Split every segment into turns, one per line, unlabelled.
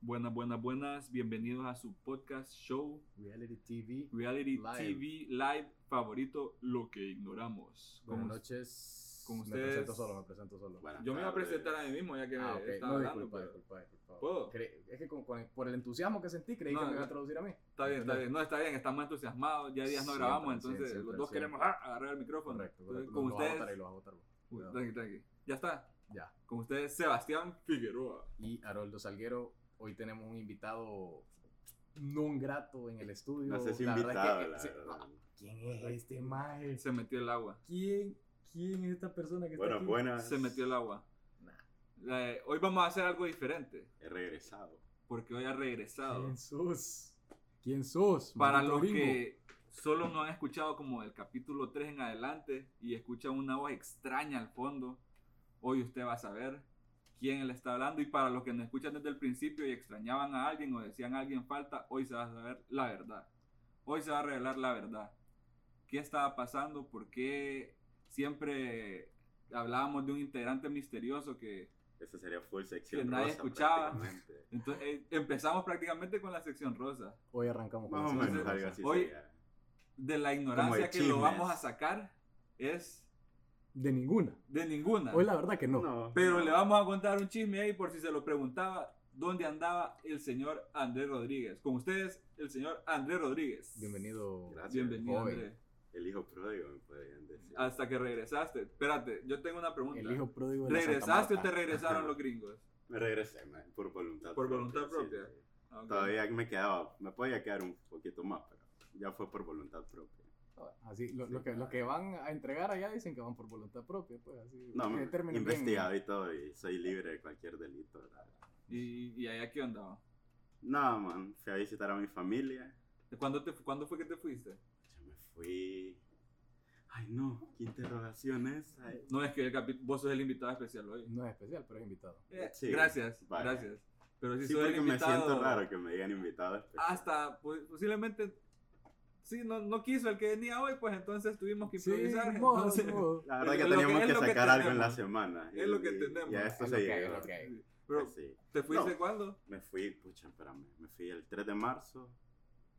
Buenas, buenas, buenas. Bienvenidos a su podcast show
Reality TV.
Reality
Live.
TV Live favorito, lo que ignoramos.
Buenas
Como-
noches.
con
Me
ustedes-
presento solo, me presento solo.
Buenas
Yo me iba a
tardes.
presentar a mí mismo ya que
Ah, ok.
eh, estaba
No,
hablando.
disculpa,
pero-
disculpa, disculpa.
¿Puedo?
Cre- Es que con- con el- por el entusiasmo que sentí, creí
No,
que me
no.
iba a traducir a mí.
Está bien, está
Entonces,
bien. No, está bien. Estamos entusiasmados. Ya días no
Siempre,
grabamos,
sí,
entonces
siempre,
los dos
siempre.
queremos ah, agarrar el micrófono.
Correcto,
Entonces,
correcto.
con
Los voy a votar y
ustedes.
los voy a votar.
Uy,
Cuidado.
tranqui, tranqui. Ya está.
Ya.
Con ustedes, Sebastián Figueroa.
Y Haroldo Salguero, hoy tenemos un invitado non grato en el estudio.
No sé si
La verdad
invitado,
es que-
la
se-
verdad.
Ah, ¿Quién es este mae?
Se metió el agua.
¿Quién, ¿Quién es esta persona que
Bueno,
está aquí?
buenas.
Se metió el agua. Eh, hoy vamos a hacer algo diferente.
He regresado.
Porque hoy ha regresado.
¿Quién sos? ¿Quién sos?
Para
maldito
los
gringo?
que solo no han escuchado como el capítulo 3 en adelante y escuchan una voz extraña al fondo, hoy usted va a saber quién le está hablando y para los que nos escuchan desde el principio y extrañaban a alguien o decían a alguien falta, hoy se va a saber la verdad. Hoy se va a revelar la verdad. ¿Qué estaba pasando? ¿Por qué siempre hablábamos de un integrante misterioso que
Esa sería full sección.
Que nadie
rosa,
escuchaba.
prácticamente.
entonces, eh, empezamos prácticamente con la sección rosa.
Hoy arrancamos con
Más o
eso.
menos algo así
Hoy-
sería.
De la
Como
ignorancia
de
que lo
chismes.
vamos a sacar es
De ninguna.
de ninguna.
Hoy la verdad que no.
Pero le vamos a contar un chisme ahí por si se lo preguntaba dónde andaba el señor Andrés Rodríguez. Con ustedes, el señor Andrés Rodríguez.
Bienvenido.
Gracias.
Bienvenido,
Joven.
Andrés.
El hijo pródigo, me podrían decir.
Hasta que regresaste. Espérate, yo tengo una pregunta.
El hijo pródigo de la
¿Regresaste o
Santa
te
Marta.
regresaron los gringos?
Me regresé, man, por voluntad
Por
propia,
voluntad
sí,
propia.
sí.
Ah, ok.
Todavía me quedaba, me podía quedar un poquito más, pero ya fue por voluntad propia.
Así, lo- lo que, los que van a entregar allá dicen que van por voluntad propia, pues así.
No,
que
me
determinen
investigado y todo, y soy libre de cualquier delito. la verdad.
¿Y, y allá qué andaba?
Nada, man, fui a visitar a mi familia.
¿Cuándo, te, ¿Cuándo fue que te fuiste?
Yo me fui. Ay, no, qué interrogación esa. eh.
No, es que el capi- vos sos el invitado especial hoy.
bien. No es especial, pero es invitado.
Eh,
Sí,
gracias,
vaya.
gracias. Pero si
Sí,
soy
porque
el
me
invitado...
siento raro que me digan invitado. este. especial.
hasta pues, posiblemente sí no, no quiso el que venía hoy pues entonces tuvimos que improvisar
ni modo,
entonces,
ni modo.
La verdad
Es
que
lo que-
teníamos
es
que,
lo que
sacar algo en
tenemos.
la semana.
Es lo que
y-
tenemos.
Y a esto
Es
se
lo que hay,
llegó.
lo que hay.
pero
Sí.
te fuiste
No.
cuándo
Me fui, pucha, espérame. Me fui el 3 de marzo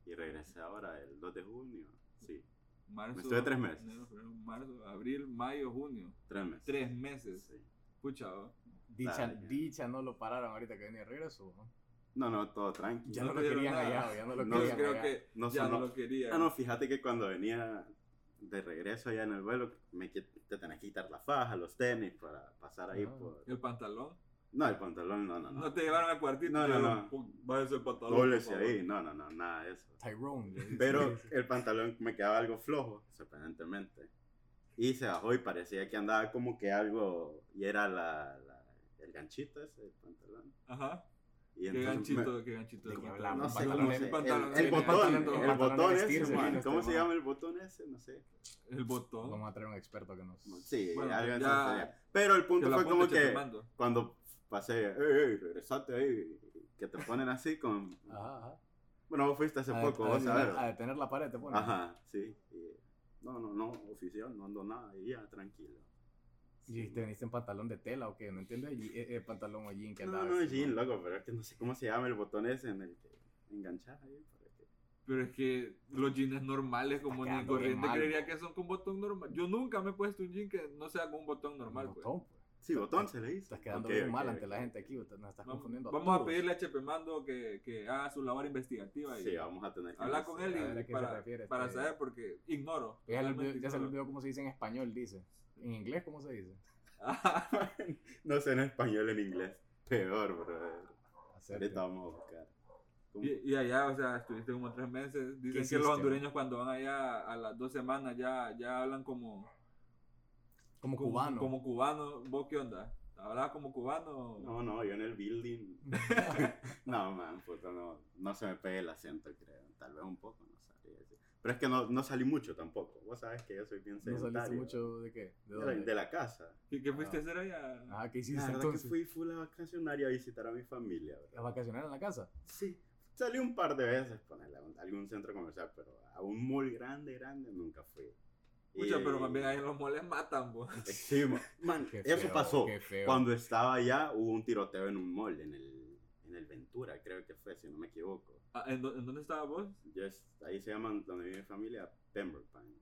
y regresé ahora el 2 de junio. Sí,
marzo
Me estuve tres meses.
enero, febrero, marzo abril mayo junio
tres meses.
tres meses
Sí.
Pucha, oh.
Dicha,
Dale.
dicha no lo pararon ahorita que venía de regreso. ¿no?
No, no, todo tranquilo.
Ya
No
no, lo
pidieron
querían
nada.
allá, ya no lo
No,
yo
querían
creo
allá.
que
No
ya
sé,
no
no-
lo quería
Ah, no, fíjate que cuando venía de regreso allá en el vuelo, me, qui- te tenés que quitar la faja, los tenis para pasar ahí
Ah.
por...
el pantalón
No, el pantalón, Ah, no, no,
no
no.
te llevaron al cuartito
No, no,
Te
no.
dijeron, "Pum, bájese el pantalón
Dóblese
por favor".
ahí, no, no, no, nada de eso.
Tyrone. le dicen.
Pero el pantalón me quedaba algo flojo, sorprendentemente. Y se bajó y parecía que andaba como que algo. Y era la, la- el ganchito ese del pantalón.
ajá
Y
qué
entonces
ganchito
me-
qué ganchito
¿De
del
qué
pantalón.
hablamos?
no sé
Pantalón,
cómo
el
se.
pantalón,
el, el
el
botón,
pantalón,
el
pantalón
botón
estirpe,
ese,
vino
man,
este
¿Cómo se
man.
llama el botón ese? No sé.
el botón
Vamos a traer un experto que nos.
Sí,
Bueno,
algo así
ya-
sería. Pero el punto
Que lo
fue como
apunte,
que
Chetumando.
cuando pasé, "Ey, ey, regresate ahí, que te ponen así con.
Ajá, ajá.
Bueno, vos fuiste hace
Ah,
a,
poco,
a
vos
detener-
sabés.
a detener la pared te ponen.
Ajá, sí. y- no, no, no, oficial, no ando nada, y ya, tranquilo.
¿Y te viniste en pantalón de tela o qué? ¿No entiendes? Y, eh, eh, pantalón o jean que
No,
andaba
no,
así,
jean, loco, pero es que no sé cómo se llama el botón ese en el que enganchas ahí. Para que...
Pero es que los jeans normales, como ni
Está quedando bien
corriente,
mal.
creería que son con botón normal. Yo nunca me he puesto un jean que no sea con un botón normal.
Un
pues.
botón, pues.
Sí, botón se le dice.
Estás quedando
Ok,
bien
ok,
mal
ok.
ante la gente aquí, usted nos estás
Vamos,
confundiendo.
vamos a
todos.
pedirle a Chepe Mando que, que haga su labor investigativa y
Sí, vamos a tener que.
hablar con él
a
y-
ver a qué se
para,
refiere
para
este-
saber, porque ignoro.
Ya, se le olvidó-
realmente
ya se le
ignoro.
olvidó cómo se dice en español, dice. ¿En inglés cómo se dice?
no sé en español, en inglés. Peor, brother.
Acerte.
Ahorita vamos a buscar. ¿Cómo?
y, y allá, o sea, estuviste como tres meses. Dicen que
hiciste,
los
man?
hondureños, cuando van allá a las dos semanas, ya, ya hablan como,
Como cubano.
Como cubano. ¿Vos qué onda? ¿Hablabas como cubano?
No, no, yo en el building. no, man, puta, no, no se me pegue el acento, creo. Tal vez un poco, no sabría decir. Pero es que no, no salí mucho tampoco. Vos sabés que yo soy bien
¿No
sedentario.
saliste mucho de qué? ¿De
De la,
dónde?
de la casa.
¿Qué, qué fuiste a hacer allá?
Ah, ¿qué
la
hiciste
verdad
entonces?
que fui full a vacacionario a visitar a mi familia, ¿verdad?
¿A vacacionar en la casa?
Sí, salí un par de veces, ponerle a un- algún centro comercial, pero a un mall grande, grande nunca fui.
Pucha,
Y-
pero también ahí en los moles matan, vos.
Sí, man, man,
Qué
eso
feo,
pasó.
Qué feo.
Cuando estaba allá, hubo un tiroteo en un mall, en el, en el Ventura, creo que fue, si no me equivoco.
Ah, ¿En, dó- en dónde estabas vos?
Yo es- ahí se llaman, donde vive mi familia, Pembroke Pines.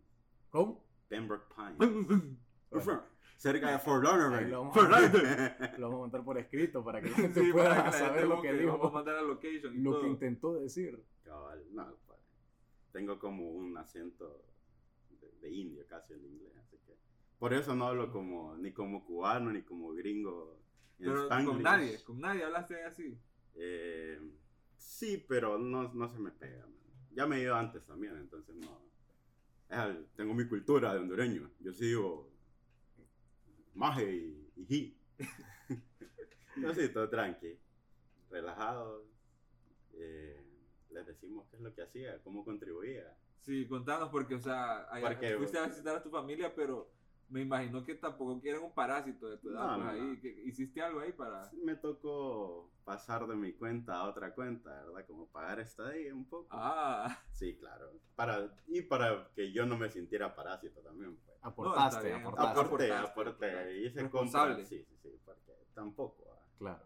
¿Cómo?
Pembroke Pines.
sí,
Bueno,
Cerca de Fort
ahí
Lauderdale.
lo vamos, a,
Fort
lo vamos a montar por escrito para que la gente
para que
pueda
la
saber
gente
lo que
busque, Vamos a
dijo,
mandar a location y
lo que
todo.
intentó decir.
Cabal, no, pa- tengo como un acento de, de indio casi el inglés, así que por eso no hablo como ni como cubano ni como gringo en
Pero
Spanglish.
con nadie, con nadie hablaste así.
Eh, sí, pero no, no se me pega. man. Ya me he ido antes también, entonces no. Es al- tengo mi cultura de hondureño. Yo sí digo maje y, y ji. Yo sí, todo tranqui, relajado. Eh, les decimos qué es lo que hacía, cómo contribuía.
Sí, contanos porque, o sea, allá
Porque-
fuiste a visitar a tu familia, pero me imagino que tampoco quieren un parásito de tu edad.
No,
pues,
no,
ahí.
no.
¿Qué- ¿Hiciste algo ahí para...?
Me tocó pasar de mi cuenta a otra cuenta, ¿verdad? Como pagar estadía un poco.
Ah,
Sí, claro. Para, y para que yo no me sintiera parásito también. Pues.
Aportaste,
bien.
aportaste.
Aportaste,
Aporté, aporté.
aportaste.
Y se
Responsable.
compra. Sí, sí, sí, porque tampoco. ah.
Claro.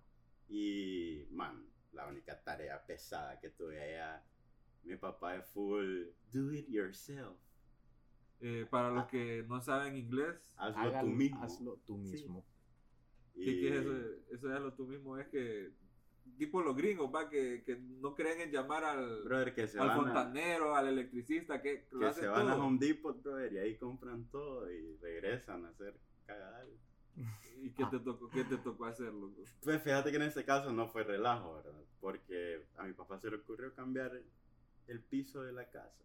Y, man, la única tarea pesada que tuve allá, mi papá es full, do it yourself.
eh, para
Ah.
los que no saben inglés,
Hazlo
Hágalo,
tú mismo.
hazlo tú
Sí.
mismo.
Y,
¿qué, qué es eso? Eso es lo tú mismo, es que... Tipo los gringos, va, que, que no creen en llamar al,
Brother, que se
al
van a,
fontanero, al electricista, que lo
que
hacen
se van a
todo.
Home Depot, brother, y ahí compran todo y regresan a hacer cagadal.
¿Y qué te tocó, qué te tocó hacer, loco?
Pues fíjate que en este caso no fue relajo, ¿verdad? Porque a mi papá se le ocurrió cambiar el- el piso de la casa.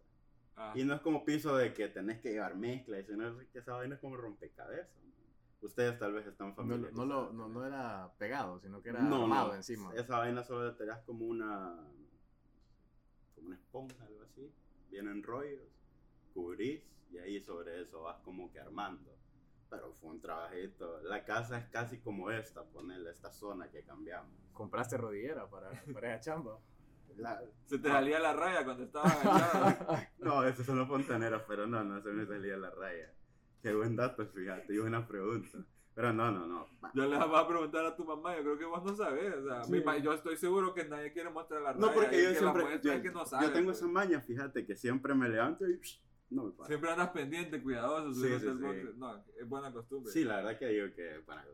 Ah,
Y no es como piso de que tenés que llevar mezcla, y sino que esa vaina es como rompecabezas. man. Ustedes tal vez están
No,
familiarizados.
no lo-
con
no-
eso.
no era pegado, sino que era
No,
armado
no,
encima.
Esa vaina solo te das como una. como una esponja, algo así. Vienen rollos, cubrís y ahí sobre eso vas como que armando. Pero fue un trabajito. La casa es casi como esta, ponerle esta zona que cambiamos.
Compraste rodillera para, para esa chamba.
La-
se te salía la raya cuando estaba agachado.
No, esos son los fontaneros, pero no, no se me salía la raya. Qué buen dato, fíjate, y buena pregunta. Pero no, no, no. pa-
Yo le vas a preguntar a tu mamá, yo creo que vos no sabes. O sea,
Sí.
me ima- yo estoy seguro que nadie quiere mostrar la raya.
No, porque
y
yo
el que la
siempre.
muestra
Yo,
es que no
yo
sabe,
tengo
pues.
esa maña, fíjate, que siempre me levanto y. psh, no me paro.
Siempre andas pendiente, cuidadoso.
Sí,
subiéndote
sí,
al
sí.
boxer. No, es buena costumbre.
Sí, la verdad que digo que. para-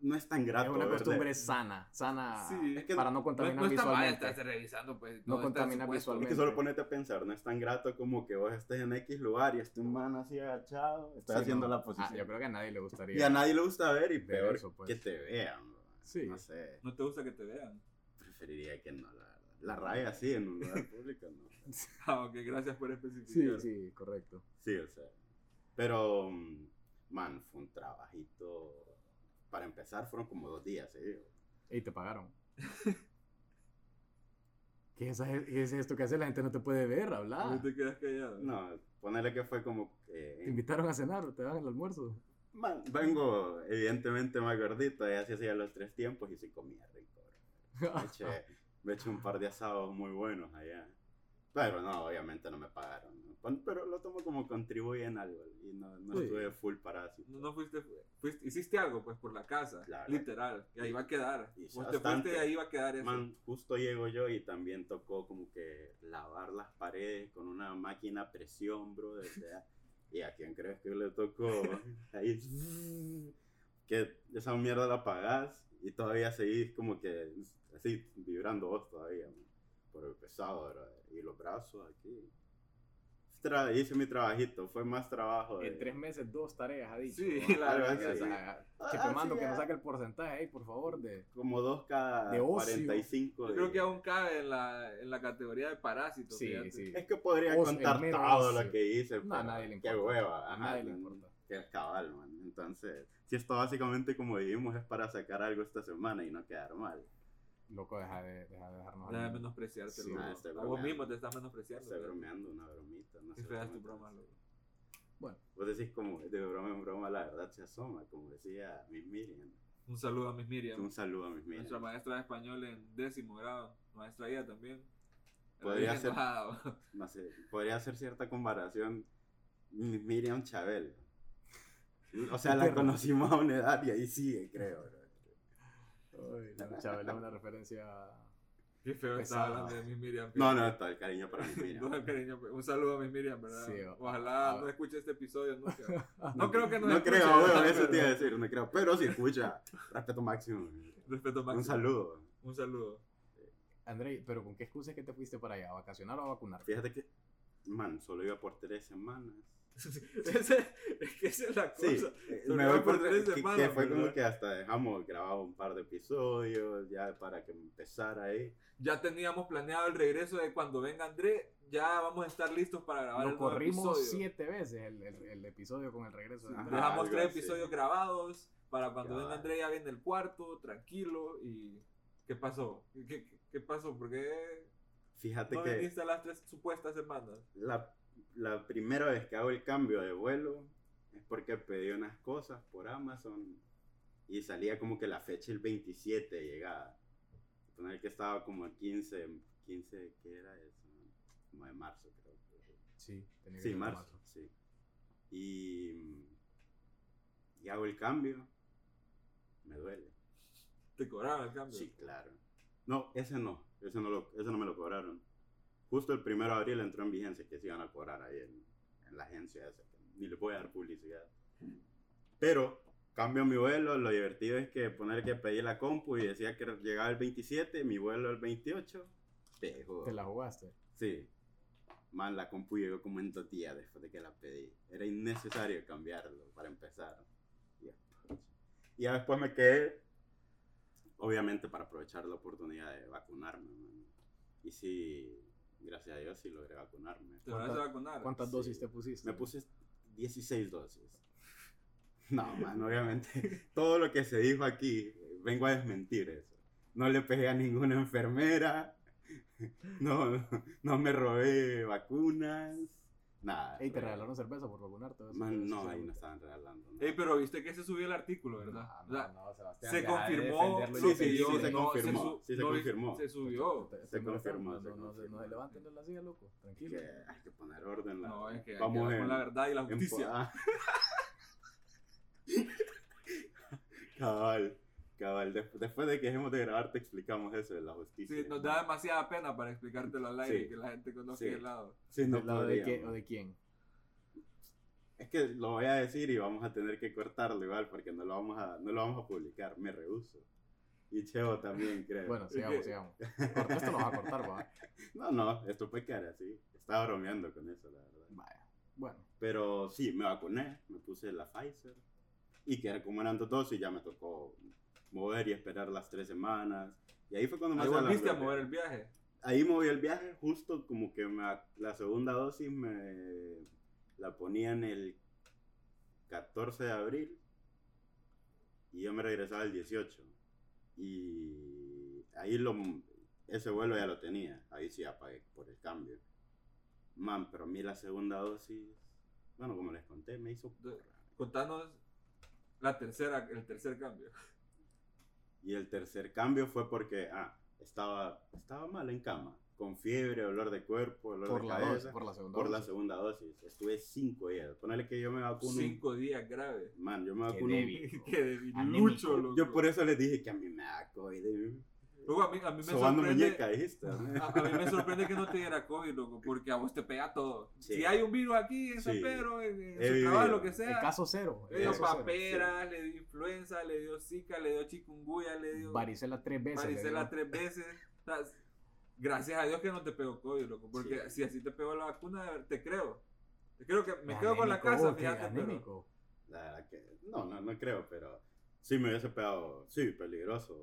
no es tan
es
grato.
una
ver de-
costumbre sana, sana
Sí,
es que
para no
no,
contaminar
no está mal
visualmente.
estarse revisando, pues.
No
todo está
contaminar
expuesto.
Es
visualmente.
que solo ponete a pensar, no es tan grato como que vos estés en X lugar y estés un man así agachado, estás
Sí,
haciendo
no.
la
Ah, yo
posición.
creo que a nadie le gustaría.
y a nadie le gusta ver y
Ver
peor
eso, pues.
que te vean. bro.
Sí.
No sé,
No te gusta que te vean.
preferiría que no, la verdad. La raya sí en un lugar público, no.
Ah, ok, gracias por
Sí,
especificar.
sí, correcto.
Sí, o sea. Pero, mm, man, fue un trabajito. Para empezar, fueron como dos días, ¿eh?
Y te pagaron. ¿Qué es, qué es esto que hace? La gente no te puede ver, hablar.
No te quedas callado.
No, ponerle que fue como. eh,
Te invitaron a cenar, te dan el almuerzo.
man, vengo, evidentemente, más gordito, y así hacía los tres tiempos y sí comía rico. Me eché, me eché un par de asados muy buenos allá. Pero no, obviamente no me pagaron. ¿no? Pon- Pero lo tomo como contribuyen algo y no, no
Sí.
estuve full parásito.
No, no fuiste, fuiste- hiciste algo pues por la casa,
Claro.
literal, y ahí va a quedar.
Y
Vos te
bastante.
fuiste y ahí va a quedar eso.
Man, justo llego yo y también tocó como que lavar las paredes con una máquina a presión, bro. o sea, ¿Y a quién crees que le tocó? Ahí, que esa mierda la apagás y todavía seguís como que así vibrando vos todavía, man, por el pesado, bro. Y los brazos aquí. Tra- hice mi trabajito, fue más trabajo. de-
En tres meses, dos tareas, ha dicho.
Sí,
¿no?
la
Algo
verdad
que,
que
o
sí.
sea,
Ah,
Chepe
sí,
Mando, que
ah,
nos saque el porcentaje ahí, por favor, de...
Como dos cada
De ocio.
45.
Yo creo
de-
que aún cabe en la, en la categoría de parásitos.
Sí,
fíjate.
sí.
Es que podría
Oso, el
contar
mero
todo
oso.
lo que hice.
No, a
pero
nadie le
Qué
importa.
hueva.
A
ajá,
nadie le
no,
importa.
Qué cabal, man. Entonces, si esto básicamente, como dijimos, es para sacar algo esta semana y no quedar mal.
Loco, deja de, deja de dejarnos...
Deja de
al-
menospreciarte,
Sí,
loco.
ah, estoy
A vos
bromeando.
mismo te estás menospreciando.
Estoy
¿verdad?
bromeando una bromita. No
Qué
sé
fea es
cómo
tu
te-
broma, loco.
Vos decís como de broma en broma, la verdad se asoma, como decía Miss Miriam.
Un saludo a Miss Miriam,
Un saludo a Miss
nuestra
Miriam.
maestra de español en décimo grado, maestra ella también. La
Podría
Virgen
ser-
enojada.
No sé, podría hacer cierta comparación Miss Miriam Chabel. O sea, la
Perro.
conocimos a una edad y ahí sigue, creo. bro.
Ay, no, Chabela es una referencia
Qué feo
Pesada.
estaba hablando de mi Miriam.
No, no, está el cariño para mí, mira.
Todo el cariño, Un saludo a mi Miriam, ¿verdad?
Sí, o-
Ojalá
a-
no escuche este episodio nunca. No creo que nos
No
escuche,
creo,
¿verdad?
weón, eso te iba a
Pero-
decir, no creo. Pero si escucha, respeto máximo.
Respeto máximo.
Un saludo.
Un saludo.
André, pero ¿con qué excusa es que te fuiste para allá? ¿A vacacionar o a vacunar?
Fíjate que, man, solo iba por tres semanas.
Ese- es que esa es la
Sí,
cosa.
eh,
solo
me
iba
voy por tres semanas. Que,
semanas,
fue como
¿verdad?
que hasta dejamos grabado un par de episodios ya para que empezara ahí.
Ya teníamos planeado el regreso de cuando venga André. Ya vamos a estar listos para grabar
Lo
el nuevo
corrimos
episodio.
siete veces el, el- el episodio con el regreso de
Ajá.
André.
Dejamos
algo
tres
así.
episodios grabados para cuando venga
Cabal.
André ya viene el cuarto, tranquilo. ¿Y qué pasó? ¿Qué, qué, qué pasó? ¿Por qué
Fíjate
no
que
viniste a las tres supuestas semanas?
la, la primera vez que hago el cambio de vuelo es porque pedí unas cosas por Amazon y salía como que la fecha el 27 de llegada. Poner que estaba como el 15, 15, ¿qué era eso? Como de marzo, creo.
Sí, tenía que
Sí,
ser
marzo, sí. Y, mm, y hago el cambio, me duele.
Te cobraron el cambio.
Sí, claro. No, ese no, ese no, lo, ese no me lo cobraron. Justo el primero de abril entró en vigencia que se iban a cobrar ahí en, en la agencia esa. que Ni le voy a dar publicidad. Pero cambio mi vuelo, lo divertido es que poner que pedí la compu y decía que llegaba el 27, mi vuelo el 28. Te jodo.
Te la jugaste.
Sí. Man, la compu llegó como en dos días después de que la pedí. Era innecesario cambiarlo para empezar. Ya. Y ya después me quedé, obviamente, para aprovechar la oportunidad de vacunarme. man. Y sí, gracias a Dios, sí logré vacunarme.
¿Te van a
¿Cuántas-
vacunar?
¿Cuántas
Sí.
dosis te pusiste?
Me puse 16 dosis. No, man, obviamente. Todo lo que se dijo aquí, eh, vengo a desmentir eso. No le pegué a ninguna enfermera. No, no me robé vacunas. Nada.
Ey, te
real.
regalaron cerveza por vacunarte. eso- eso
Man, no,
sí,
ahí no
güey.
estaban regalando. nada.
Ey, pero viste que se subió el artículo, ¿verdad?
No,
O sea,
no, no, Sebastián,
se
deja de
confirmó
defenderlo
lo
y
sí,
que
sí,
yo
sí, se
no,
confirmó,
su-
sí, se
no,
confirmó.
se subió
Te- te-
Se
te me lo
confirmó,
firmo,
se
No, no, se- no
confirmó.
se levanten de la silla, loco.
Que
Tranquilo.
hay que poner orden. la-
no es que hay que
vamos
hablar
en-
con la verdad y la
en
justicia
po- ah. cabal, cabal. Dep- después de que dejemos de grabar, te explicamos eso de la justicia.
Sí, nos da demasiada pena para explicártelo al aire
Sí.
y que la gente conozca
Sí.
el lado
Sí, no
¿Del lado de
podríamos.
qué- o de quién?
Es que lo voy a decir y vamos a tener que cortarlo igual porque no lo vamos a, no lo vamos a publicar. Me rehuso. Y Cheo también, creo.
Bueno,
Es
sigamos,
que-
sigamos. Corta, Esto lo vas a cortar, va.
No, no, esto puede quedar así. Estaba bromeando con eso, la verdad.
Vaya. Bueno,
Pero sí, me vacuné, me puse la Pfizer. Y que era como eran dos dosis, ya me tocó mover y esperar las tres semanas. Y ahí fue cuando me
ahí
hice la
volviste a
loca.
mover el viaje
Ahí moví el viaje, justo como que me va- la segunda dosis me la ponían el 14 de abril. Y yo me regresaba el 18. Y ahí lo, ese vuelo ya lo tenía. Ahí sí apagué por el cambio. Man, pero a mí la segunda dosis, bueno, como les conté, me hizo
De-
porra.
contanos la tercera el tercer cambio
Y el tercer cambio fue porque, ah, estaba, estaba mal en cama. Con fiebre, olor de cuerpo, olor
por
de
la,
cabeza.
dos, por la segunda.
por la
dosis.
segunda dosis. Estuve cinco días. Ponele que yo me vacuno. un-
cinco días graves
Man, yo me
Qué
vacuno. un-
débil.
que
Anémico.
debilucho loco
Yo por eso les dije que a mí me da COVID. eh.
Luego a mí, a mí me
Sobando
sorprende
muñeca, dijiste. ¿no?
A, a mí me sorprende que no te diera COVID, loco, porque a vos te pega todo.
Sí.
Si hay un virus aquí, en San
Sí.
Pedro, en, en
He
su trabajo,
vivido.
lo que sea,
El caso cero.
le
el
dio
Eso,
caso cero.
papera, le dio influenza, le dio zika, le dio chikungunya, le dio
Varicela tres veces. le
eh, varicela
dio.
tres veces. O sea, gracias a Dios que no te pegó COVID, loco, porque
Sí.
si así te pegó la vacuna, de ver- te creo. Te creo que me
Qué
quedo con la
anémico,
casa,
vos, qué
fíjate, pero
anémico.
La verdad que. No, no, no creo, pero. Sí me hubiese pegado. Sí, peligroso.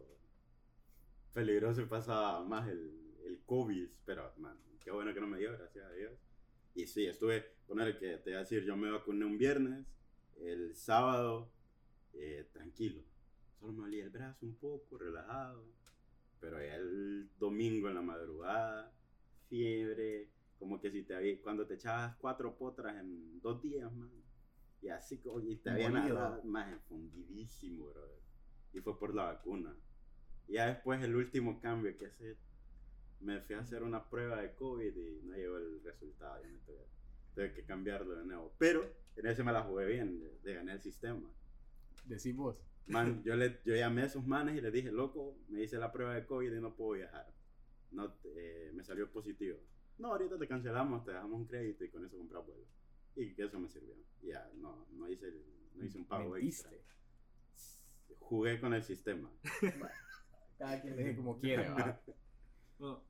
Peligroso y pasaba más el, el COVID. Pero, man, qué bueno que no me dio, gracias a Dios. Y sí, estuve. Poner que te voy a decir, yo me vacuné un viernes. El sábado, eh, tranquilo. Solo me olía el brazo un poco, relajado. Pero ya el domingo en la madrugada, fiebre. Como que si te había, cuando te echabas cuatro potras en dos días, man. Y así como, y te habían
Molido.
agarrado más enfundidísimo, brother. Y fue por la vacuna. Y ya después el último cambio que hice, me fui a hacer una prueba de COVID y no llegó el resultado. Ya me tuve, tuve que cambiarlo de nuevo. Pero en ese me la jugué bien, le, le gané el sistema.
Decís vos.
Man, yo, le, yo llamé a esos manes y les dije, loco, me hice la prueba de COVID y no puedo viajar. no, te- eh, me salió positivo. No, ahorita te cancelamos, te dejamos un crédito y con eso compras vuelo. Y que eso me sirvió. Y Ya, no, no hice, el- no hice un pago extra.
Mentiste.
Jugué con el sistema.
Cada quien le dé como quiere, ¿va?
Bueno,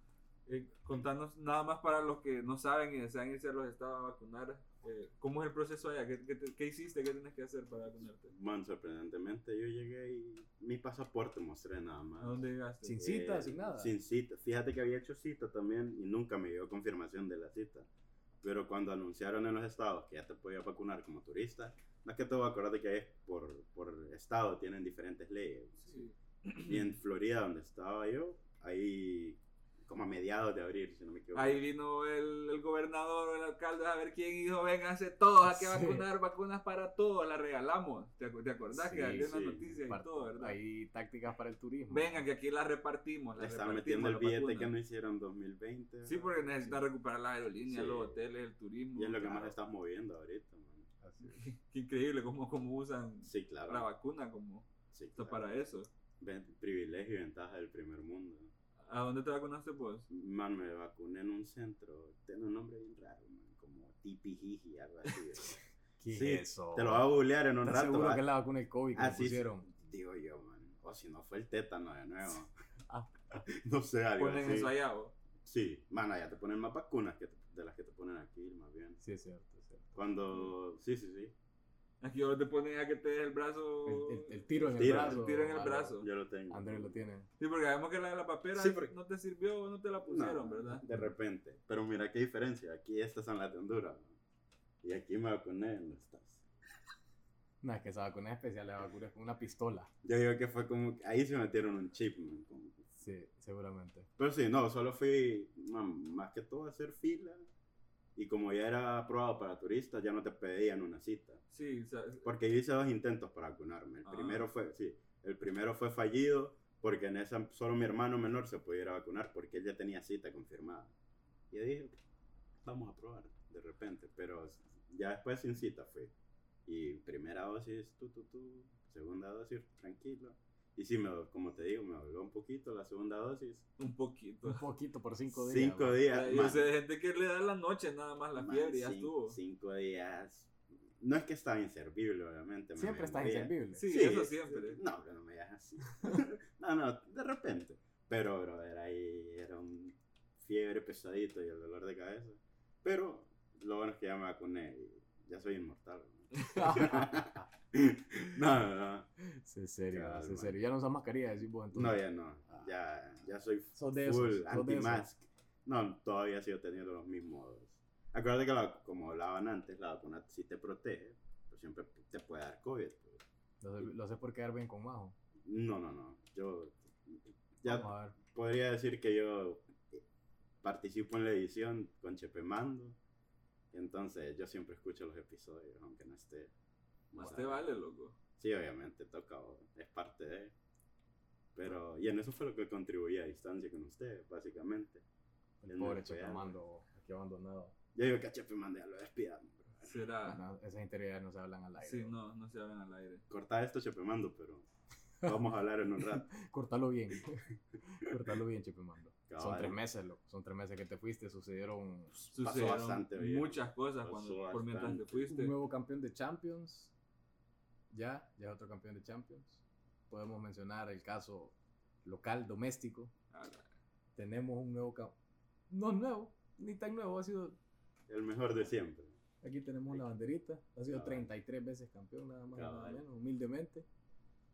eh, contanos nada más para los que no saben y desean irse a los estados a vacunar. eh, ¿Cómo es el proceso allá? ¿Qué, qué te- qué hiciste? ¿Qué tienes que hacer para vacunarte?
Bueno, sorprendentemente yo llegué y mi pasaporte mostré nada más.
¿A dónde llegaste?
Sin cita, sin nada.
Eh, Sin cita. Fíjate que había hecho cita también y nunca me dio confirmación de la cita. Pero cuando anunciaron en los estados que ya te podías vacunar como turista, más que todo acuérdate que es por, por estado, tienen diferentes leyes.
Sí.
Y en Florida, donde estaba yo, ahí como a mediados de abril, si no me equivoco.
Ahí vino el, el gobernador o el alcalde a ver quién dijo, vénganse todos a que
Sí.
vacunar, vacunas para todos, las regalamos. ¿Te, acu- te acordás
Sí,
que había una
sí.
noticia y
Par-
todo, verdad?
Hay tácticas para el turismo.
Vengan que aquí las repartimos.
Le
Las
están
repartimos
metiendo el
las
billete
vacunas.
que no hicieron 2020.
Sí, porque necesitan recuperar las aerolíneas,
Sí.
los hoteles, el turismo.
Y es lo que más
Claro.
estás moviendo ahorita, man.
Así es.
Qué increíble cómo, cómo usan
Sí, claro.
la vacuna como
Sí,
esto
claro.
para eso.
Ven- privilegio y ventaja del primer mundo.
¿A dónde te vacunaste vos?
Man, me vacuné en un centro. Tiene un nombre bien raro, man. Como tipijiji, algo así. ¿verdad?
¿Qué
Sí,
es eso?
Te lo vas a googlear en un
¿Estás
rato.
seguro
¿va?
que es la vacuna del COVID que
Ah,
le
Así es,
pusieron?
Digo yo, man. O si no fue el tétano de nuevo.
Ah.
no sé, algo
Ponen
así.
eso allá vos.
Sí, man, allá te ponen más vacunas que de las que te ponen aquí, más bien.
Sí, es cierto. es cierto. Mm.
Cuando. Sí, sí, sí.
Aquí ahora te ponen a que te des el brazo.
El, el- el tiro en el,
Tiro, el
brazo.
tiro en el
Álvaro.
brazo.
Yo lo tengo.
Andrés lo tiene.
Sí, porque sabemos que la de la papera
Sí, porque-
no te sirvió, no te la
No,
pusieron, ¿verdad?
De repente. Pero mira qué diferencia. Aquí estas son las de Honduras. man. Y aquí me vacuné en estas.
No, es que esa vacuna es especial, la vacuna es con una pistola.
Yo digo que fue como. Ahí se metieron un chip, man. como que-
Sí, seguramente.
Pero sí, no, solo fui man, más que todo a hacer fila. Y como ya era aprobado para turistas, ya no te pedían una cita.
Sí, o sea,
Porque yo hice dos intentos para vacunarme. El
Ah.
primero fue, sí, el primero fue fallido porque en esa solo mi hermano menor se pudiera vacunar porque él ya tenía cita confirmada. Y yo dije, vamos a probar de repente, pero ya después sin cita fui. Y primera dosis, tu, tu, tu, segunda dosis, tranquilo. Y sí, me, do- como te digo, me dolió un poquito la segunda dosis.
un poquito.
Un poquito por cinco días.
Cinco
¿no?
días.
Yo
man.
sé de gente que le da en la noche nada más la
Man,
fiebre y ya
cin-
estuvo. Sí,
Cinco días. No es que estaba inservible, obviamente. me-
Siempre
me
estás
moría.
inservible.
eso siempre.
No, pero no me digas así. no, no, de repente. Pero, brother, ahí era un fiebre pesadito y el dolor de cabeza. Pero lo bueno es que ya me vacuné y ya soy inmortal. No, no, no. No,
Sí, es serio,
Calma.
sí, es serio. Ya no usas mascarilla, decís vos entonces.
ya no. Ya, ya soy
Sos de esos,
full
sos de
anti-mask. No, todavía sigo teniendo los mismos. Acuérdate que la- como hablaban antes, la vacuna sí te protege, pero siempre te puede dar COVID. pues.
Lo, haces- lo haces por quedar bien con Majo.
No, no, no. Yo ya
Vamos a ver.
podría decir que yo participo en la edición con Chepe Mando. Entonces yo siempre escucho los episodios, aunque no esté.
Más
Bueno,
Pues te vale, loco.
Sí, obviamente toca, o- es parte de. Pero, y en eso fue lo que contribuí a distancia con ustedes, básicamente.
El
Él
pobre
me fue a-
Chacamando, aquí abandonado.
Yo digo que a Chepe Mando ya lo despidan.
Será.
No, esas interiores Ah. no se hablan al aire.
Sí, no, no se hablan al aire.
Corta esto, Chepe Mando, pero vamos a hablar en un rato.
Cortalo bien. Cortalo bien, Chepemando. Son
Cabal.
tres meses, loco. Son tres meses que te fuiste. Sucedieron
Pues, Sucedieron
bastante bien.
muchas cosas
Pasó
cuando, por mientras te
bastante.
un
fuiste.
nuevo campeón de Champions. Ya, ya es otro campeón de Champions. Podemos mencionar el caso local, doméstico.
Ah, la-
Tenemos un nuevo campeón. No es nuevo, ni tan nuevo. Ha sido.
El mejor de siempre.
Aquí tenemos la banderita. Ha sido
Cabal.
33 veces campeón, nada más y nada
Cabal.
menos, humildemente.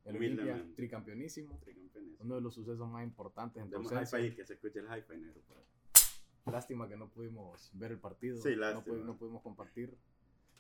El
Humildemente.
Olimpia, tricampeonísimo.
Tricampeones.
Uno de los sucesos más importantes en tu
Demos
ausencia.
hi-fi, que se escuche el hi-fi negro. pues. por ahí.
Lástima que no pudimos ver el partido.
Sí,
no,
lástima.
pudi- no pudimos compartir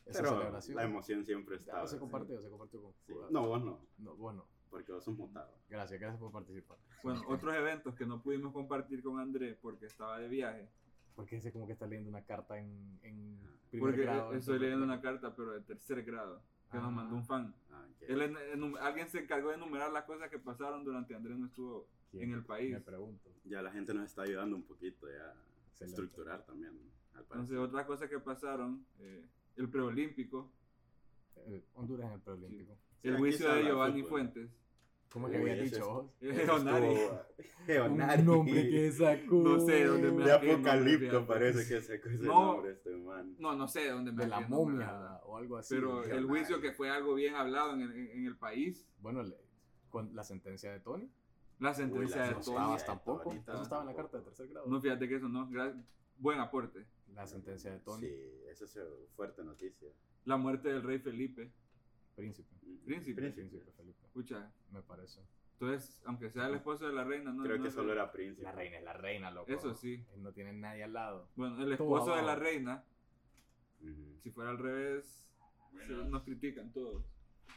esa
Pero
celebración.
la emoción siempre
Ya,
está.
se compartió, se compartió con
Sí.
con-
No, vos no,
no, bueno,
porque vos sos mutado.
gracias, gracias por participar.
Bueno, otros eventos que no pudimos compartir con Andrés porque estaba de viaje.
Porque ese como que está leyendo una carta en, en
Ah.
primer
Porque eh,
grado.
estoy
entonces-
leyendo una carta, pero de tercer grado, que
Ah.
nos mandó un fan.
Ah, ok.
Él en- enum- alguien se encargó de enumerar las cosas que pasaron durante Andrés no estuvo.
¿Quién?
en el país.
Me pregunto.
Ya la gente nos está ayudando un poquito ya a
Excelente.
estructurar también. al
Entonces,
parecer.
otras cosas que pasaron, eh, el preolímpico,
Eh, Honduras en el preolímpico.
Sí,
el
aquí se
juicio
habla
de
de
Giovanni
fútbol.
Fuentes,
¿Cómo es que
Uy,
había
ese
dicho
es-
vos?
Es Onari.
Geonari.
Un nombre que sacude.
No sé dónde me-
De
Ah, qué nombre,
apocalipto
fíjate.
parece que se ese
No.
nombre este man.
No, no sé de dónde me
De la
saqué el nombre,
momia
¿verdad?
o algo así.
Pero el
Geonari.
juicio que fue algo bien hablado en el, en el país,
Bueno, le- con la sentencia de Tony. Pues,
la sentencia
la
de
no
sentencia.
Tony.
estabas tampoco.
Tony
Eso estaba en la
tampoco.
carta de tercer grado.
No, fíjate que eso no. gra- Buen aporte.
La sentencia de Tony,
Sí, esa es una fuerte noticia.
La muerte del rey Felipe.
príncipe.
Príncipe.
Príncipe Felipe,
Escucha,
me parece.
entonces, aunque sea el esposo de la reina, no.
Creo
no
que
es-
solo era príncipe.
La reina es la reina, loco.
Eso sí.
Él no tiene nadie al lado.
Bueno, el
Todo
esposo de la
abajo.
reina,
Ujú.
si fuera al revés, se- nos critican todos.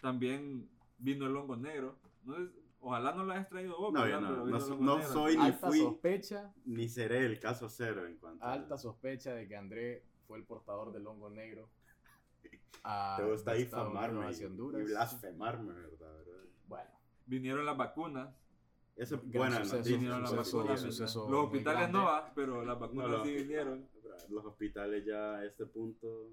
También vino el hongo negro. No es- ojalá no lo hayas traído vos.
No,
¿verdad?
yo no,
Pero vino
no
el
so-
hongo
no
negro. Ah,
soy ni
Alta
fui,
sospecha,
ni seré el caso cero en cuanto a-
alta sospecha de que André fue el portador del hongo negro. a-
Te gusta
de Estados
difamarme
Unidos
y,
hacia Honduras.
y blasfemarme, ¿verdad? ¿verdad?
Bueno,
Vinieron las vacunas.
Eso es
Gran
buena
suceso,
noticia.
Vinieron las
sí,
suceso,
vacunas.
sí, sí.
suceso muy
Los hospitales
grande.
no va, pero las vacunas
No,
sí
los-
vinieron.
Los hospitales ya a este punto,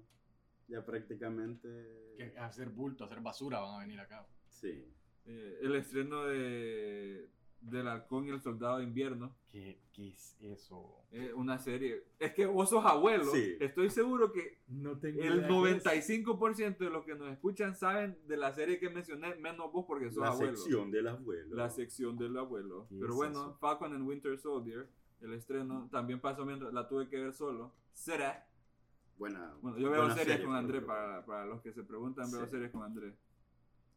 ya prácticamente...
que ah. hacer bulto, hacer basura van a venir acá.
Sí.
Eh, el estreno de del halcón y el soldado de invierno.
¿Qué, qué es eso?
eh, una serie. Es que vos sos abuelo.
Sí.
Estoy seguro que
No tengo
el
idea qué es.
95% de los que nos escuchan saben de la serie que mencioné, menos vos porque sos
La
abuelo.
sección del abuelo.
La sección del abuelo.
¿Qué
Pero
es
bueno,
eso?
Falcon and Winter Soldier, el estreno, también pasó mientras la tuve que ver solo. Será.
Buena,
Bueno, yo veo
buena
series
serie,
con André,
pero-
para, para los que se preguntan, veo
Sí.
series con André.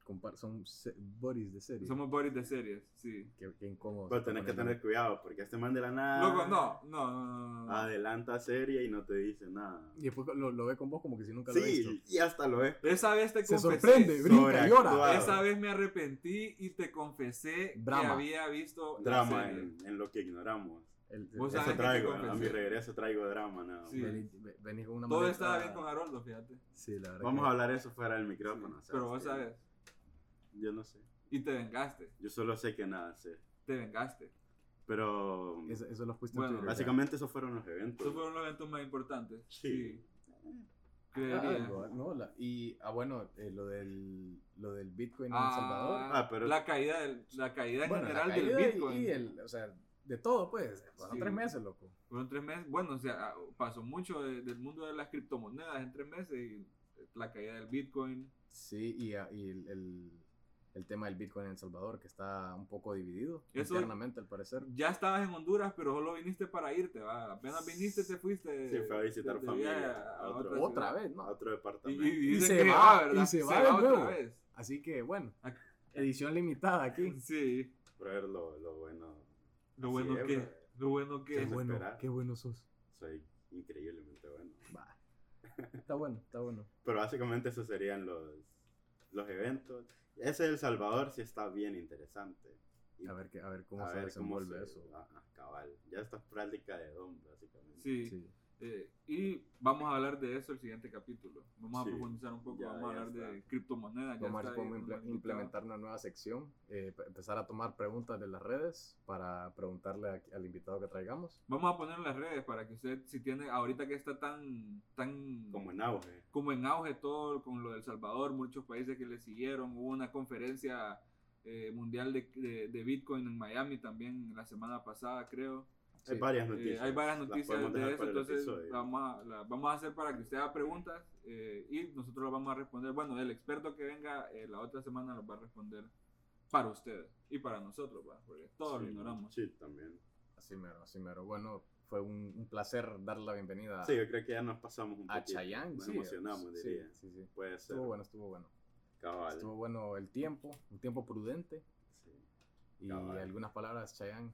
Compar- son se- buddies de serie.
Somos buddies de series, sí.
Qué, qué incómodo.
Pero tenés que tener cuidado porque este man de la nada...
Loco, no, no, no, no, no.
Ah, Adelanta serie y no te dice nada.
Y después lo, lo ve con vos como que si nunca lo he visto.
Sí, y hasta lo es.
Esa vez te
Se
confesé.
sorprende, brinca, llora.
Sobreactuado.
Esa vez me arrepentí y te confesé que
Drama.
había visto la
Drama eh.
serie.
en, en lo que ignoramos.
El-
Vos
el-
sabés
Eso
que te
traigo, a
confesé.
mi regreso traigo drama nada
Sí.
más.
vení- ve- Venís con una
Todo
maleta-
estaba bien con Haroldo, fíjate.
Sí, la verdad.
Vamos
que-
a hablar eso fuera del micrófono. ¿sabes?
Pero vos
Que
sabes,
Yo no sé.
y te vengaste,
Yo solo sé que nada sé.
te vengaste.
Pero
Eso, eso lo fuiste
Bueno,
en Twitter.
básicamente esos fueron los eventos.
Esos fueron los eventos más importantes.
Pues Sí.
Ah,
Creería.
algo, no, la- y, ah, bueno, eh, lo, del, lo del Bitcoin en El Salvador.
Ah,
Ah, pero-
La caída, del- la caída en
Bueno, la
general
caída y-
del Bitcoin.
Y el, o sea, de todo, pues. Fueron
Sí.
tres meses, loco.
Fueron tres meses. Bueno, o sea, ah, pasó mucho de- del mundo de las criptomonedas en tres meses y la caída del Bitcoin.
Sí, y, ah, y el, el- el tema del Bitcoin en El Salvador, que está un poco dividido
Eso-
internamente, al parecer.
Ya estabas en Honduras, pero solo viniste para irte, va. Apenas viniste, te fuiste.
Sí, fue a
te-
visitar
te viaje
familia, a otro-
Otra
ciudad.
vez,
A
¿no?
otro
Y,
departamento.
y
Y
dice
se
que ah,
va,
¿verdad?
y se va de nuevo. Así que, bueno,
Ah,
Ac-
edición limitada aquí.
Sí.
Pero ver lo, lo bueno.
Lo
Así
bueno
es,
que.
bro.
Lo bueno que.
Qué Sí. bueno, qué
bueno sos.
Soy increíblemente bueno.
Va. Está bueno, está bueno.
Pero básicamente esos serían los, los eventos. Ese de El Salvador sí está bien interesante. Y
A ver, qué- a ver cómo
a
se
ver cómo
desenvuelve
se-
eso.
Ajá, cabal. Ya está práctica de don, básicamente.
Sí.
Sí.
Eh, y vamos a hablar de eso el siguiente capítulo. Vamos
Sí.
a profundizar un poco.
Ya,
vamos a
ya
hablar de
está.
criptomonedas. ya
Vamos a ver
está ahí con
cómo impl-
los invitados.
implementar una nueva sección, eh, pe- empezar a tomar preguntas de las redes para preguntarle a- al invitado que traigamos.
Vamos a poner en las redes para que usted, si tiene, ahorita que está tan, tan
Como en auge.
como en auge todo con lo del Salvador, muchos países que le siguieron, hubo una conferencia eh, mundial de, de- de Bitcoin en Miami también la semana pasada, creo.
Sí.
Hay varias
Eh,
noticias.
hay varias
Las
noticias
podemos
de
dejar
eso,
para el
entonces
episodio.
la vamos, a, la vamos a hacer para que usted haga preguntas eh, y nosotros las vamos a responder. Bueno, el experto que venga eh, la otra semana los va a responder para usted y para nosotros, ¿va? porque todos lo
Sí,
ignoramos.
Sí, también.
Así mero, así mero. Bueno, fue un, un placer darle la bienvenida
Sí, yo creo que ya nos pasamos un
a
poquito.
Chayanne.
Nos
sí,
emocionamos,
sí,
diría.
sí, sí.
Puede
Ah,
ser.
Estuvo bueno, estuvo bueno.
Cabal.
Estuvo bueno el tiempo, un tiempo prudente
Sí.
y
Cabal.
algunas palabras Chayanne,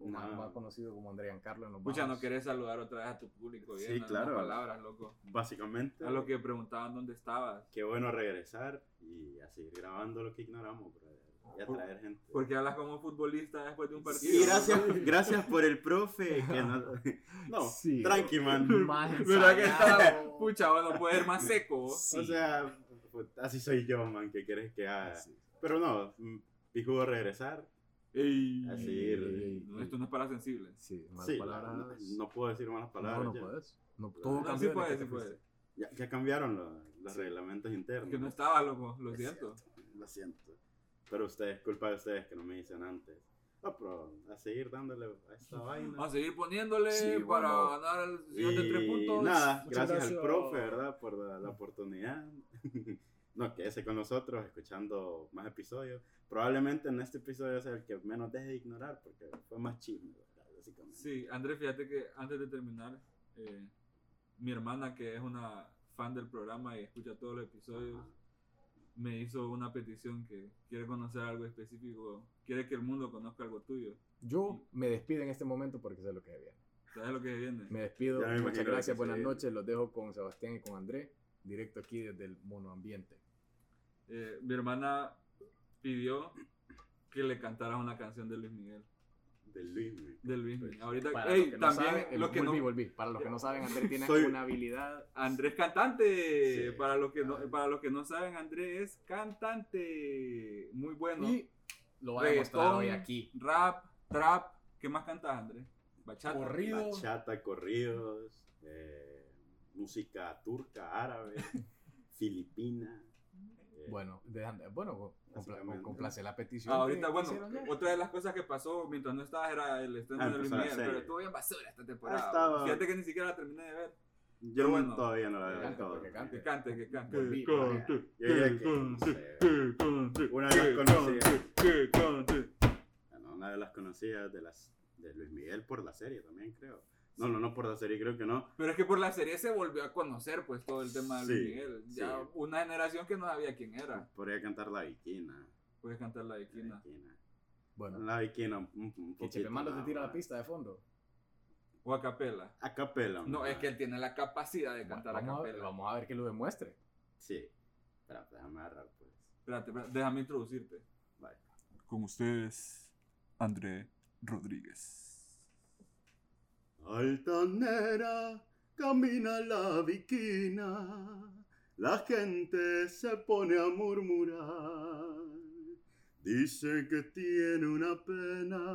o
No.
más, más conocido como André Carlos en los
Escucha,
bajos.
¿no querés saludar otra vez a tu público?
Sí,
Bien, algunas
claro.
palabras, loco.
Básicamente,
A los que preguntaban dónde estabas.
qué bueno regresar y a seguir grabando lo que ignoramos, brother. Y a
Por-
traer gente.
Porque hablas como futbolista después de un partido.
Sí, gracias, gracias por el profe. que no, no,
Sí.
tranqui, man.
Más
¿Verdad que está?
ensayado.
Pucha, bueno, puede ser más seco. vos.
Sí.
O sea, pues, así soy yo, man. ¿Qué quieres que haga?
Así.
Pero no, mm, pijudo regresar.
Ey.
Así,
Ey,
re-
ey, ey.
No, Esto no es para sensibles.
Sí, malas
Sí, la-
palabras.
no, no puedo decir malas
No,
palabras.
no
ya.
puedes. No, todo este
No, sí
cambió desde
puede,
que
sí
te fuiste.
puede.
Ya, ya cambiaron los, los reglamentos internos.
Que no estaba, loco, lo
Es
siento.
cierto, Lo siento. Pero ustedes, culpa de ustedes que no me dicen antes. No, pero a seguir dándole a esta vaina.
A seguir poniéndole
Sí,
para
bueno.
ganar el señor de tres
Y
puntos.
nada,
Muchas
gracias,
gracias.
al profe, ¿verdad? Por la, la oportunidad. no, quédese con nosotros escuchando más episodios. Probablemente en este episodio sea el que menos deje de ignorar porque fue más chisme, ¿verdad? Básicamente.
Sí, Andrés, fíjate que antes de terminar, eh, mi hermana, que es una fan del programa y escucha todos los episodios,
Ajá.
me hizo una petición que quiere conocer algo específico, quiere que el mundo conozca algo tuyo.
Yo me despido en este momento porque sé lo que viene.
¿Sabes lo que viene?
Me despido,
Ya me
muchas
imagino
gracias,
que
buenas
sí.
noches. Los dejo con Sebastián y con André, directo aquí desde el monoambiente.
Eh, mi hermana pidió que le cantara una canción de Luis Miguel.
De Luis, güey.
De Luis Miguel. Ahorita,
Pues, Para
ey,
los que no
también
saben, eh,
lo que no-
volví, volví. Para los que no saben, André tiene
Soy-
una habilidad.
Andrés cantante.
Sí.
para los que no,
Ah.
para los que no saben, Andrés es cantante. Muy bueno.
Y lo va a demostrar
Reggaetón.
hoy aquí.
Rap, trap. ¿Qué más cantas, Andrés? Bachata.
Corrido.
Bachata, corridos, eh, música turca, árabe, filipina. eh,
Bueno, dejan- bueno compla,
Básicamente.
complace la petición.
Ah,
que-
ahorita,
que
bueno,
hicieron ya.
otra de las cosas que pasó mientras no estabas era el estreno
Ah,
de Luis
empezó la
Miguel,
serie.
pero estuvo bien basura esta temporada.
Ah, estaba-
Fíjate que ni siquiera la terminé de ver.
Eh, yo
bueno,
todavía no la
que
veo
cante,
todo.
que cante.
Que cante, que cante.
Volví,
Que
vaya.
cante,
Yo diría
que
que, no
cante,
sé,
que cante,
Una de las
que
conocidas.
cante, que cante.
Bueno, una de las conocidas de las de Luis Miguel por la serie también creo. No, no, no por la serie, creo que no.
Pero es que por la serie se volvió a conocer pues todo el tema de Luis
Sí,
Miguel. Ya
sí.
una generación que no sabía quién era.
Podría cantar la viquina. eh,
Puedes cantar la de
La
Quina.
viquina.
Bueno,
La viquina un, un- un
que
poquito
Chepemando te
nada
tira la
más.
pista de fondo.
O a capela.
A capela.
No,
mamá.
es que él tiene la capacidad de cantar a
Vamos a, ver,
capela.
vamos a ver que lo demuestre.
Sí. Espera, déjame agarrar pues.
Espérate, espérate, déjame introducirte.
Vale.
Con ustedes, André Rodríguez.
Altanera, camina la viquina, la gente se pone a murmurar. Dice que tiene una pena,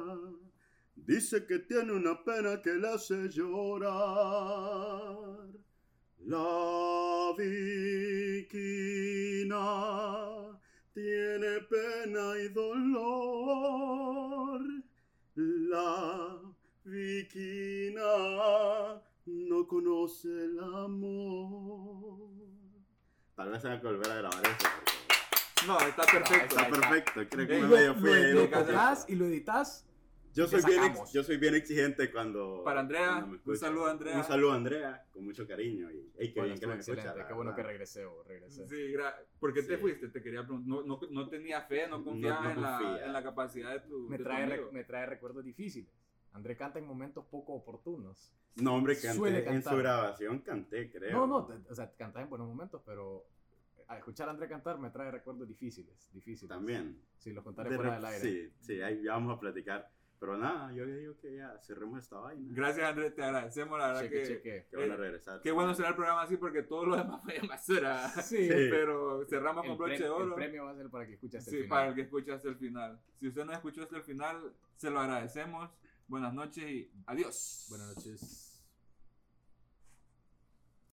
dice que tiene una pena que la hace llorar. La viquina tiene pena y dolor. La Vikina no conoce el amor. Tal vez tenga que volver a grabar eso. porque
No, está perfecto.
Está perfecto, creo que
Ey,
me
lo-
medio fui
lo,
ahí
lo
un poquito.
cortás y lo editas.
Yo
le
soy, bien ex-
sacamos.
yo soy bien exigente cuando.
Para Andrea,
cuando me
un
escucha.
saludo a Andrea.
Un saludo a Andrea, con mucho cariño. Y,
Bueno,
ey, qué bien que
estuvo
nos
excelente.
escucha. la
Qué bueno que
verdad.
regresé, o regresé.
Sí, gra- ¿por qué te
Sí.
fuiste? Te quería preguntar. No, no, no tenía fe, no
No-
confiaba
no
en, la,
confía.
en la capacidad de tu.
me,
de tu
trae, re-
amigo.
me trae recuerdos difíciles. André canta en momentos poco oportunos.
No, hombre, canté.
Suele
en
cantar.
su grabación canté, creo.
No, no, te- o sea, cantás en buenos momentos, pero eh, al escuchar a André cantar me trae recuerdos difíciles. difíciles.
También.
Si los contaré
De
fuera
rep-
del aire.
Sí, sí, ahí ya vamos a platicar. Pero nada, yo digo que ya cerremos esta vaina.
Gracias, Andrés, te agradecemos. La verdad
Cheque,
que.
cheque.
Que van a
Eh,
regresar.
Qué bueno será el programa así porque todo lo demás fue en basura.
Sí.
Sí.
Pero cerramos
El
con broche
pre-
de
El
oro.
premio va a ser para que escuches el
Sí,
final.
para el que escucha hasta el final. Si usted no escuchó hasta el final, se lo agradecemos. Buenas noches y adiós.
Buenas noches.